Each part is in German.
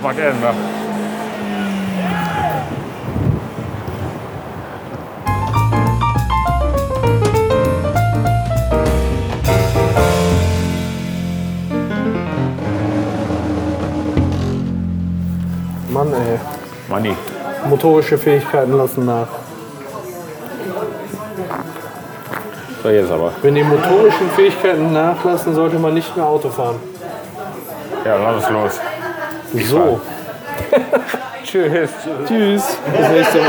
Macht er denn da? Mann, ey. Manni. Motorische Fähigkeiten lassen nach. So, jetzt aber. Wenn die motorischen Fähigkeiten nachlassen, sollte man nicht mehr Auto fahren. Ja, lass es los. So. Tschüss. Tschüss. Bis nächste Mal.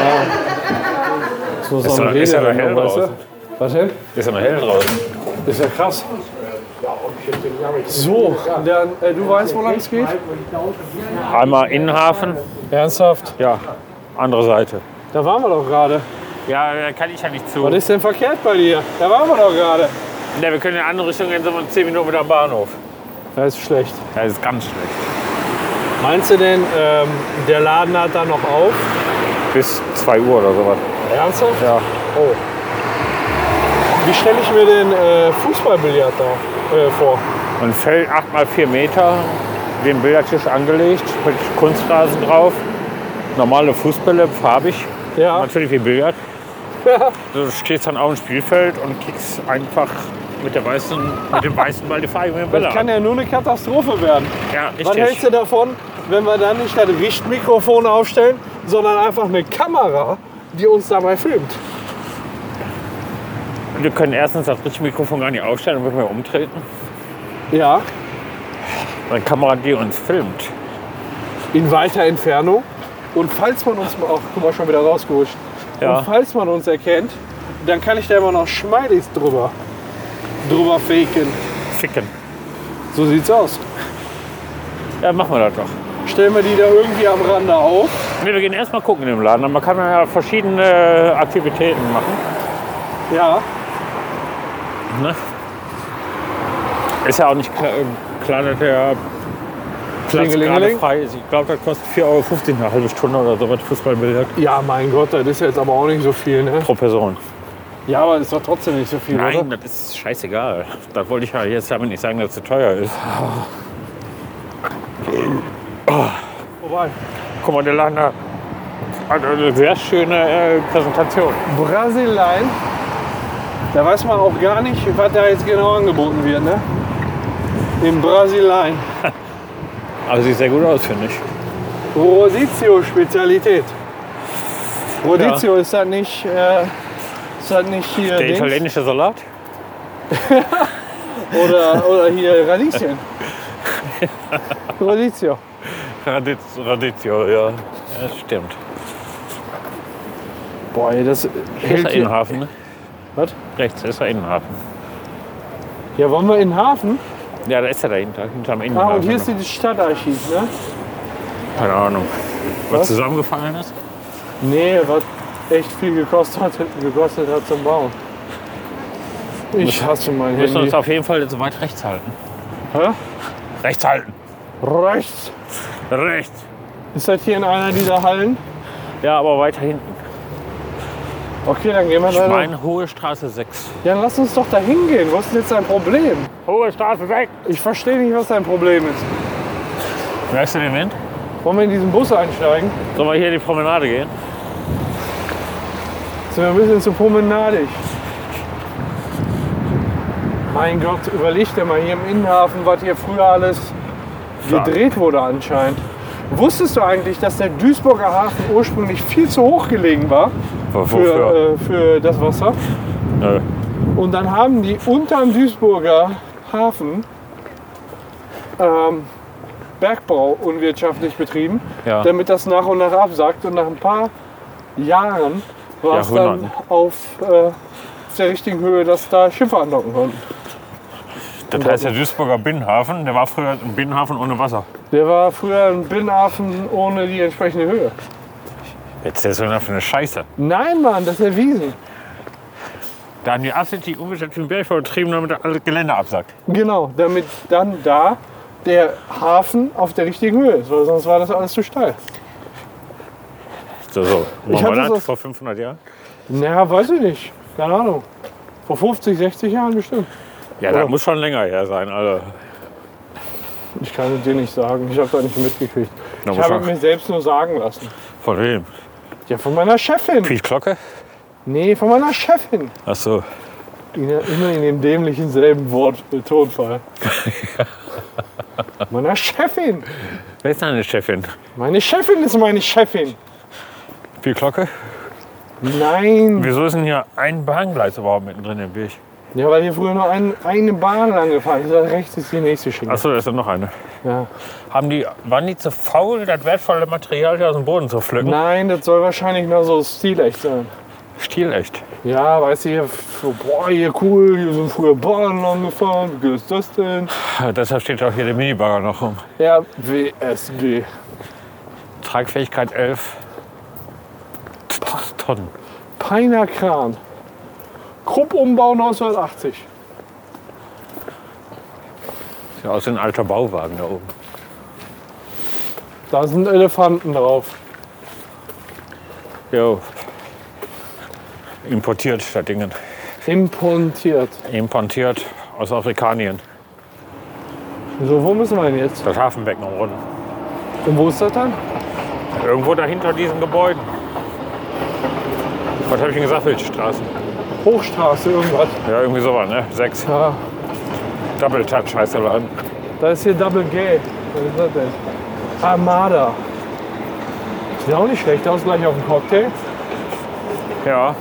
So Ist ja- Sonnenregel ist ja noch dann hell noch, weißt du? draußen. Was denn? Ist ja noch hell draußen. Ist ja krass. So, dann, äh, du weißt, wo lang es geht? Einmal Innenhafen. Ernsthaft? Ja, andere Seite. Da waren wir doch gerade. Ja, da kann ich ja nicht zu. Was ist denn verkehrt bei dir? Da waren wir doch gerade. Ne, wir können in eine andere Richtung gehen, sind wir in 10 Minuten wieder am Bahnhof. Das ist schlecht. Das ist ganz schlecht. Meinst du denn, ähm, der Laden hat da noch auf? Bis 2 Uhr oder sowas. Ernsthaft? Ja. Oh. Wie stelle ich mir den äh, Fußballbillard da äh, vor? Ein Feld 8x4 Meter, den Billardtisch angelegt, mit Kunstrasen drauf. Normale Fußbälle, farbig. Ja. Natürlich wie Billard. Du stehst dann auf dem Spielfeld und kickst einfach mit, der weißen, mit dem weißen Ball die farbigen Bälle Das kann an. ja nur eine Katastrophe werden. Ja, Was hältst richtig. du davon, wenn wir dann nicht das Richtmikrofon aufstellen, sondern einfach eine Kamera, die uns dabei filmt? Wir können erstens das richtige Mikrofon gar nicht aufstellen, dann würden wir umtreten. Ja, Eine Kamera, die uns filmt. in weiter Entfernung. Und falls man uns mal, auch guck mal, schon wieder rausgerutscht. Ja. Und falls man uns erkennt, dann kann ich da immer noch schmeidig drüber, drüber faken. Ficken. So sieht's aus. Ja, machen wir das doch. Stellen wir die da irgendwie am Rande auf. Nee, wir gehen erstmal gucken in dem Laden. Man kann ja verschiedene äh, Aktivitäten machen. Ja, Ne? Ist ja auch nicht klar, klar dass der Platz gerade Klingelingeling. frei ist. Ich glaube, das kostet 4,50 Euro eine halbe Stunde oder so was Fußballbillard Ja, mein Gott, das ist jetzt aber auch nicht so viel, ne? pro Person. Ja, aber das ist doch trotzdem nicht so viel, Nein, oder? das ist scheißegal. Da wollte ich ja jetzt damit nicht sagen, dass es zu teuer ist. Vorbei. Guck mal, der Laden da hat eine sehr schöne äh, Präsentation. Brasilein, da weiß man auch gar nicht, was da jetzt genau angeboten wird, ne? In Brasilein. Aber sieht sehr gut aus, finde ich. Rodizio-Spezialität. Rodizio ist das nicht, äh, ist das nicht hier Der Dings? italienische Salat? Oder, oder hier Radieschen. Rodizio. Radiz, Radizio, ja. ja. Stimmt. Boah, ey, das Ist hält der hier. Innenhafen, ne? Was? Rechts ist der Innenhafen. Ja, wollen wir in den Hafen? Ja, da ist er dahinter, hinterm Innenhafen. Ah, und hier ist das Stadtarchiv, ne? Keine Ahnung. Was, Was? zusammengefallen ist? Nee, was echt viel gekostet hat, gekostet hat zum Bauen. Ich hasse mein Wir müssen Handy. uns auf jeden Fall so weit rechts halten. Hä? Rechts halten! Rechts. Rechts! Ist das hier in einer dieser Hallen? Ja, aber weiter hinten. Okay, dann gehen wir Ich da. meine Hohe Straße 6. Ja, dann lass uns doch da hingehen. Was ist denn jetzt dein Problem? Hohe Straße 6! Ich verstehe nicht, was dein Problem ist. Merkst du den Wind? Wollen wir in diesen Bus einsteigen? Sollen wir hier in die Promenade gehen? Sind wir ein bisschen zu promenadig. Mein Gott, überleg dir mal hier im Innenhafen, was hier früher alles gedreht wurde anscheinend. Wusstest du eigentlich, dass der Duisburger Hafen ursprünglich viel zu hoch gelegen war für, äh, für das Wasser? Nö. Und dann haben die unterm Duisburger Hafen ähm, Bergbau unwirtschaftlich betrieben, Ja. damit das nach und nach absagt. Und nach ein paar Jahren war es dann Jahrhunderten. auf äh, der richtigen Höhe, dass da Schiffe andocken konnten. Das heißt der Duisburger Binnenhafen. Der war früher ein Binnenhafen ohne Wasser. Der war früher ein Binnenhafen ohne die entsprechende Höhe. Jetzt ist das für eine Scheiße. Nein, Mann, das ist ja Wiesen. Da haben die absichtlich umgesetzten Berg vertrieben, damit das Gelände absagt. Genau, damit dann da der Hafen auf der richtigen Höhe ist, weil sonst war das alles zu steil. So, so. Ich Machen hab wir das das aus- vor 500 Jahren? Naja, weiß ich nicht. Keine Ahnung. Vor 50, 60 Jahren bestimmt. Ja, Ja. also. das muss schon länger her sein, Alter. Ich kann es dir nicht sagen. Ich habe da nicht mitgekriegt. Na, ich muss habe man- mir selbst nur sagen lassen. Von wem? Ja, von meiner Chefin. Piet Glocke? Nee, von meiner Chefin. Achso. Ina- Immer in dem dämlichen selben Wort mit Tonfall. meiner Chefin. Wer ist deine Chefin? Meine Chefin ist meine Chefin. Piet Glocke? Nein. Wieso ist denn hier ein Bahngleis überhaupt mittendrin im Weg? Ja, weil hier früher nur ein, eine Bahn lang gefahren ist. Da rechts ist die nächste Schiene. Achso, da ist ja noch eine. Ja. Haben die, waren die zu faul, das wertvolle Material hier aus dem Boden zu pflücken? Nein, das soll wahrscheinlich nur so stilecht sein. Stilecht. Ja, weißt du, hier, so, boah, hier cool, hier sind früher Bahnen lang gefahren. Wie geil ist das denn? Deshalb steht auch hier der Minibagger noch rum. Ja, WSG. Tragfähigkeit 11 Tonnen. Peiner Kran. Kruppumbau 1980. Ja, aus dem alter Bauwagen da oben. Da sind Elefanten drauf. Jo. Importiert statt Dingen. Impontiert. Importiert aus Afrikanien. So, wo müssen wir denn jetzt? Das Hafenbecken umrunden. Und wo ist das dann? Irgendwo dahinter diesen Gebäuden. Was habe ich denn gesagt? Welche Straßen? Hochstraße, irgendwas. Ja, irgendwie sowas, ne? Sechs. Ja, Double Touch heißt der Laden. da ist hier Double Gate. Was ist das denn? Armada. Sieht auch nicht schlecht aus, gleich auf dem Cocktail. Ja.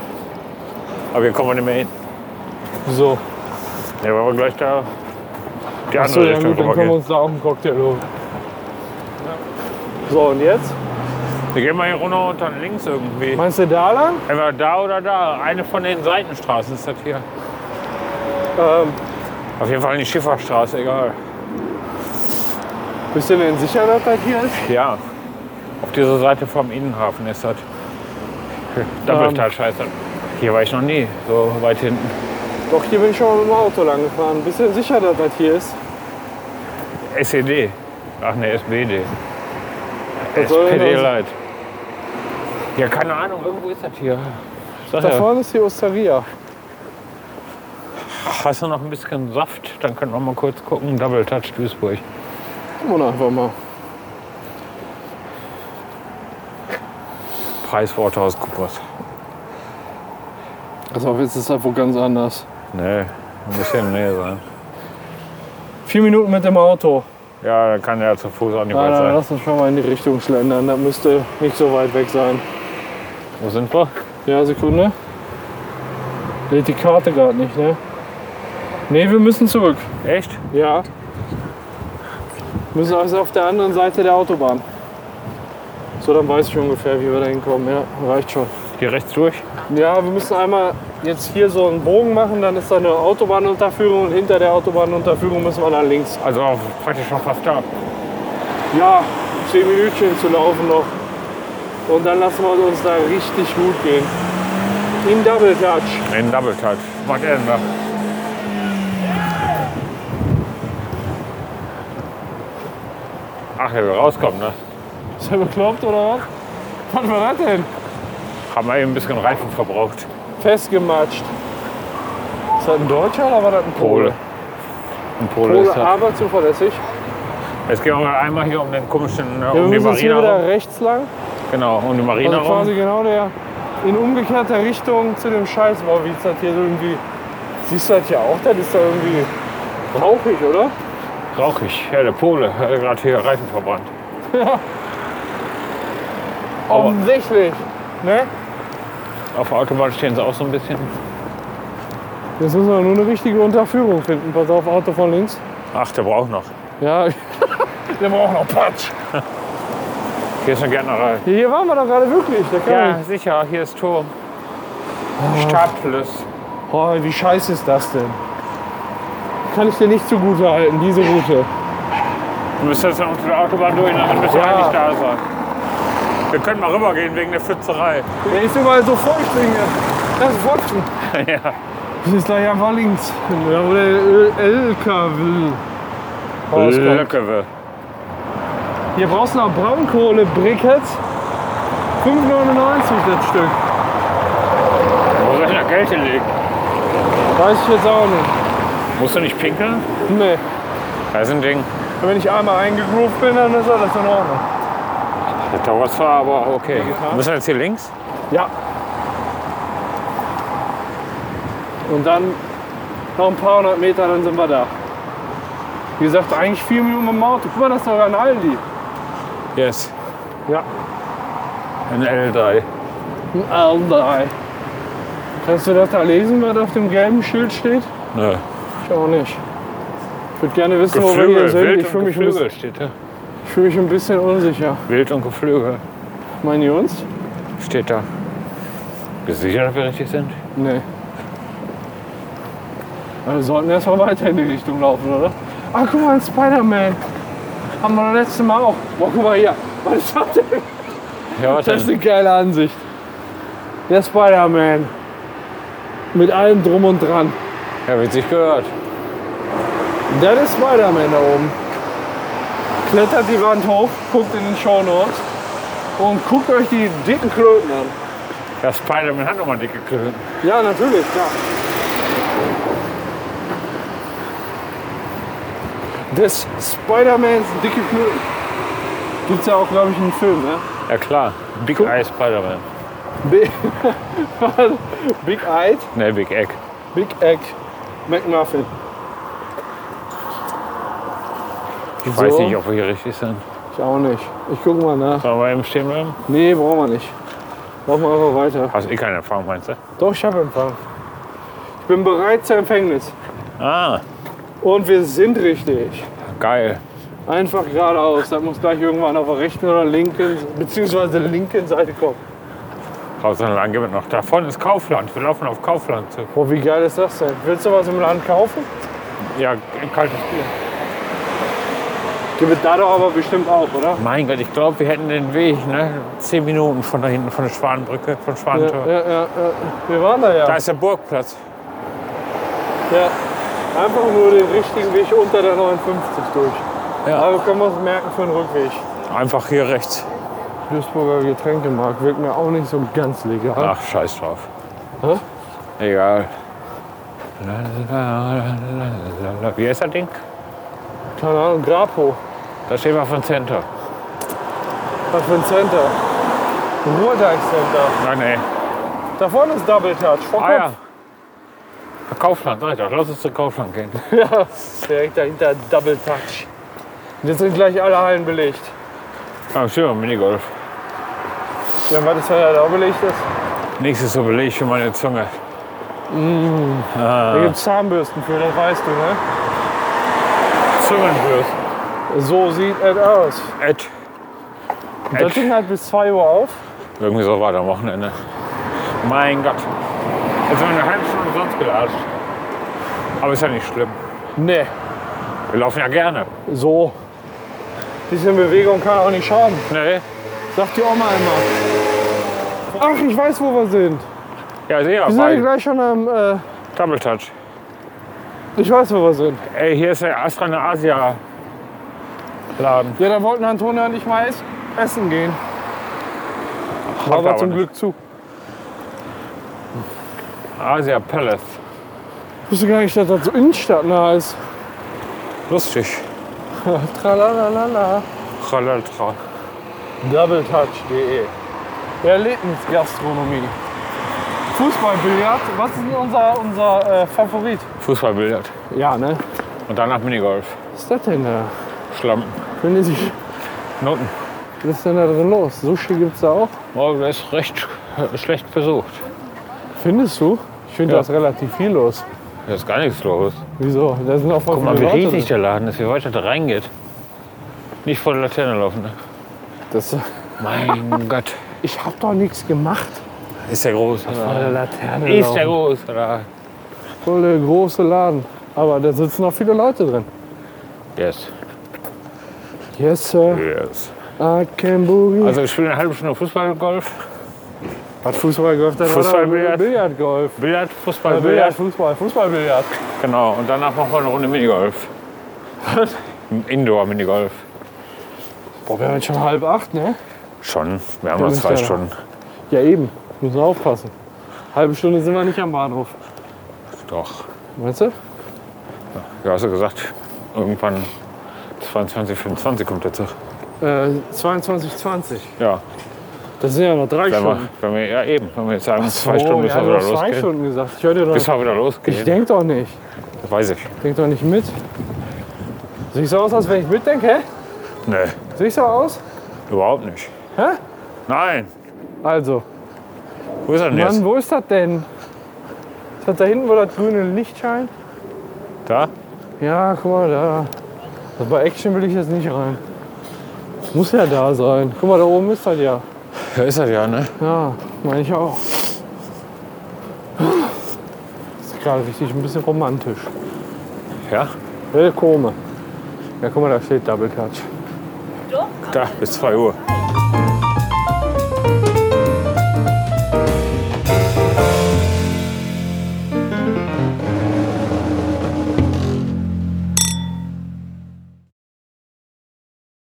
Aber hier kommen wir nicht mehr hin. So, Ja, weil wir gleich da die Achso, andere ja Richtung gut, dann können wir rübergehen. uns da auch einen Cocktail holen. So, und jetzt? Wir gehen mal hier runter und dann links irgendwie. Meinst du da lang? Entweder da oder da. Eine von den Seitenstraßen ist das hier. Ähm, Auf jeden Fall die Schifferstraße, egal. bist du denn sicher, dass das hier ist? Ja. Auf dieser Seite vom Innenhafen ist das. Double Ähm. Touch heißt das. Hier war ich noch nie, so weit hinten. Doch, hier bin ich schon mal mit dem Auto lang gefahren. Bist du denn sicher, dass das hier ist? SED. E Ach ne, SBD. soll denn SPD das? Light. Ja, keine Ahnung, irgendwo ist das hier. Sag Da ja, vorne ist die Osteria. hast du noch ein bisschen Saft? Dann können wir mal kurz gucken. Double Touch Duisburg. Gucken wir doch einfach mal. Preis Worthaus Kuppers. Also auf jetzt ist das wohl ganz anders. Nee, ein bisschen näher sein. Vier Minuten mit dem Auto. Ja, dann kann er zu Fuß auch nicht Na, weit Ah, dann sein. lass uns schon mal in die Richtung schlendern. Das müsste nicht so weit weg sein. Wo sind wir? Ja, Sekunde. Lädt die Karte gerade nicht, ne? Nee, wir müssen zurück. Echt? Ja. Müssen also auf der anderen Seite der Autobahn. So, dann weiß ich ungefähr, wie wir da hinkommen. Ja, reicht schon. Hier rechts durch? Ja, wir müssen einmal jetzt hier so einen Bogen machen, dann ist da eine Autobahnunterführung und hinter der Autobahnunterführung müssen wir dann links. Also auf- praktisch schon fast da. Ja, 10 Minütchen zu laufen noch. Und dann lassen wir uns da richtig gut gehen. In Double Touch. In Double Touch. Macht er denn da? Ach, der will rauskommen, ne? Ist er bekloppt oder was? Was war das denn? Haben wir eben ein bisschen Reifen verbraucht. Festgematscht. Ist das ein Deutscher oder war das ein Pole? Pole. Ein Pole, Pole, ist das. aber zuverlässig. Jetzt gehen wir mal einmal hier um den komischen, äh, Ja, um wir die müssen jetzt hier Marina wieder rum. rechts lang. Genau, um die Marina Also quasi rum. genau der in umgekehrter Richtung zu dem Scheißbau, wie ist das hier so irgendwie. Siehst du das hier auch? Das ist da irgendwie rauchig, oder? Rauchig. Ja, der Pole hat gerade hier Reifen verbrannt. Aber- Offensichtlich. Ne? Auf der Autobahn stehen sie auch so ein bisschen. Jetzt müssen wir nur eine richtige Unterführung finden. Pass auf, Auto von links. Ach, der braucht noch. Ja, Wir brauchen noch Platz. Hier ist eine Gärtnerei. hier waren wir doch gerade wirklich. Da kann Ja, man- sicher, hier ist Turm. Stadtfluss. Oh, wie scheiße ist das denn? Kann ich dir nicht zugute halten, diese Route. Du müsst jetzt auf der Autobahn durch, ne? dann müssen wir Ja. eigentlich da sein. Wir können mal rübergehen wegen der Pfützerei. Der ist überall so feucht wegen der- Das ist Feuchten. ja. Das ist gleich einfach links. Da wo der Ö- LKW Äh, rauskommt. Löckewe. Hier brauchst du noch Braunkohle-Briketts. 5,99 das Stück. Wo soll ich da Geld hinlegen? Weiß ich jetzt auch nicht. Musst du nicht pinkeln? Nee. Das ist ein Ding. Und wenn ich einmal eingegroovt bin, dann ist alles in Ordnung. Der Taurus war aber okay. Digital. Müssen wir jetzt hier links? Ja. Und dann noch ein paar hundert Meter, dann sind wir da. Wie gesagt, eigentlich vier Minuten mit dem Auto. Guck mal, das ist doch ein Aldi. Yes. Ja. Ein L3. Ein Aldi. Kannst du das da lesen, was auf dem gelben Schild steht? Nö. Ich auch nicht. Ich würde gerne wissen, wo wir hier Geflügel, sind. Ich wild fühle und mich, ein bisschen- Geflügel steht da. ich fühl mich ein bisschen unsicher. Wild und Geflügel Meinen die uns? steht da. Bist du sicher, dass wir richtig sind? Nee. Wir sollten erstmal weiter in die Richtung laufen, oder? Ach, guck mal, ein Spider-Man. Haben wir das letzte Mal auch. Boah, guck mal hier. Was ist das denn? Ja, was Das ist denn? eine geile Ansicht. Der Spider-Man. Mit allem drum und dran. Ja, wird sich gehört. Das ist Spider-Man da oben. Klettert die Wand hoch, guckt in den Shownotes und guckt euch die dicken Kröten an. Ja, Spider-Man hat nochmal dicke Klöten. Ja, natürlich, klar. Des Spider-Mans dicke Knöten. Gibt's ja auch, glaube ich, einen Film, ne? Ja, klar. Big Guck. Eye Spider-Man. Big, Big Eyed, Ne, Big Egg. Big Egg, McMuffin. Ich weiß So. nicht, ob wir hier richtig sind. Ich auch nicht. Ich gucke mal nach. Sollen wir eben stehen bleiben? Nee, brauchen wir nicht. Machen wir einfach weiter. Hast eh keinen Empfang, meinst du? Doch, ich habe Empfang. Ich bin bereit zur Empfängnis. Ah, Und wir sind richtig. geil. Einfach geradeaus. Da muss gleich irgendwann auf der rechten oder linken, beziehungsweise linken Seite kommen. Draußen lang gehen wir noch. Da vorne ist Kaufland. Wir laufen auf Kaufland zu. Boah, wie geil ist das denn? Willst du was im Land kaufen? Ja, ein kaltes Bier. Die wird da doch aber bestimmt auch, oder? Mein Gott, ich glaube, wir hätten den Weg, ne? Zehn Minuten von da hinten, von der Schwanenbrücke, von Ja, Schwanentor. ja, ja, ja. Wir waren da ja. Da ist der Burgplatz. ja. Einfach nur den richtigen Weg unter der 59 durch. Ja. Aber können wir uns merken für den Rückweg. Einfach hier rechts. Duisburger Getränkemarkt wirkt mir auch nicht so ganz legal. Ach, scheiß drauf. Hä? Egal. La, la, la, la, la, la. Wie heißt das Ding? Keine Ahnung, Grapo. Da stehen wir von Center. Was für ein Center? Ruhrdeich Center. Nein, nee. Da vorne ist Double Touch. Vor Ah ja. Kopf. Kaufland, sag ich doch. Lass uns zu Kaufland gehen. ja. Direkt dahinter Double Touch. Und jetzt sind gleich alle Hallen belegt. Ah, stimmt, Minigolf. Ja, was ist, wenn er da belegt ist? Nächstes Überleg für meine Zunge. Da gibt es Zahnbürsten für, das weißt du, ne? Zungenwürst. So sieht es aus. Ed. Das Ding halt bis 2 Uhr auf. Irgendwie so war am Wochenende. Mein Gott. Jetzt haben wir eine halbe Stunde sonst gelatscht. Aber ist ja nicht schlimm. Ne, Wir laufen ja gerne. so. Bisschen Bewegung kann auch nicht schaden. Nee? Sagt die Oma immer. Ach, ich weiß, wo wir sind. Ja, sehe ja. Wir sind ja Bei gleich schon am. Äh, Double Touch. ich weiß, wo wir sind. Ey, hier ist der Astra in Asia Laden. Ja, da wollten Antonia und ich mal es- essen gehen. Hat Aber aber zum nicht. Glück zu. Asia Palace. Ich wusste gar nicht, dass das so Innenstadt nah ist. Lustig. Tralalala. Tralala. Doubletouch.de Erlebnisgastronomie. Fußballbillard, was ist denn unser, unser äh, Favorit? Fußballbillard. Ja, ne? Und danach Minigolf. Was ist das denn da? Schlampen. Wenn ihr sich, Noten. was ist denn da drin los? Sushi gibt's da auch? Oh, der ist recht äh, schlecht besucht. Findest du? Ich finde Ja. das relativ viel los. Da ist gar nichts los. Wieso? Da sind auch voll Guck mal, wie viele Leute riesig der Laden ist, wie weit er da reingeht. Nicht vor der Laterne laufen. Ne? drin. Das, Mein Gott. ich hab doch nichts gemacht. Ist der groß. Volle Oder? Laterne. genau. Ist der laufen. groß. Oder? Voll der große Laden. Aber da sitzen auch viele Leute drin. Yes. Yes, sir. yes. I can boogie. Also ich spiele eine halbe Stunde Fußballgolf. hat Fußball gehofft, dann Fußballbillard? Billard geholfen. Billard, Fußball, Billard, Billard. Fußball, Fußballbillard. Genau. Und danach machen wir eine Runde Minigolf. Was? Indoor-Minigolf. Boah, Oh, wir haben jetzt schon halb acht, ne? Schon. Wir haben noch bist zwei ja da. Stunden. Ja, eben. Müssen wir aufpassen. Halbe Stunde sind wir nicht am Bahnhof. Doch. Meinst du? Ja, hast du gesagt, irgendwann 22, 25 kommt der Zug. Äh, 22,20. Ja, Das sind ja noch drei wenn wir, Stunden. wenn wir, ja eben, wenn wir jetzt sagen, zwei Oh, Stunden wir müssen haben wir wieder noch zwei losgehen. Stunden gesagt. Ich hörte Bis doch. wir wieder losgehen. Ich denk doch nicht. das weiß ich. Denk doch nicht mit. Sieht so aus, als wenn ich mitdenke? hä? Nee, Sieht so aus? überhaupt nicht. Hä? Nein, Also, wo ist er denn Mann, jetzt? wo ist das denn? Ist das da hinten, wo das grüne Licht scheint? Da? Ja, guck mal da. Also bei Action will ich jetzt nicht rein. Muss ja da sein. Guck mal, da oben ist das ja. Da ist er ja, ne? Ja, meine ich auch. Das ist gerade richtig ein bisschen romantisch. Ja, Willkommen. Ja, guck mal, da steht Double Touch. da, bis 2 Uhr.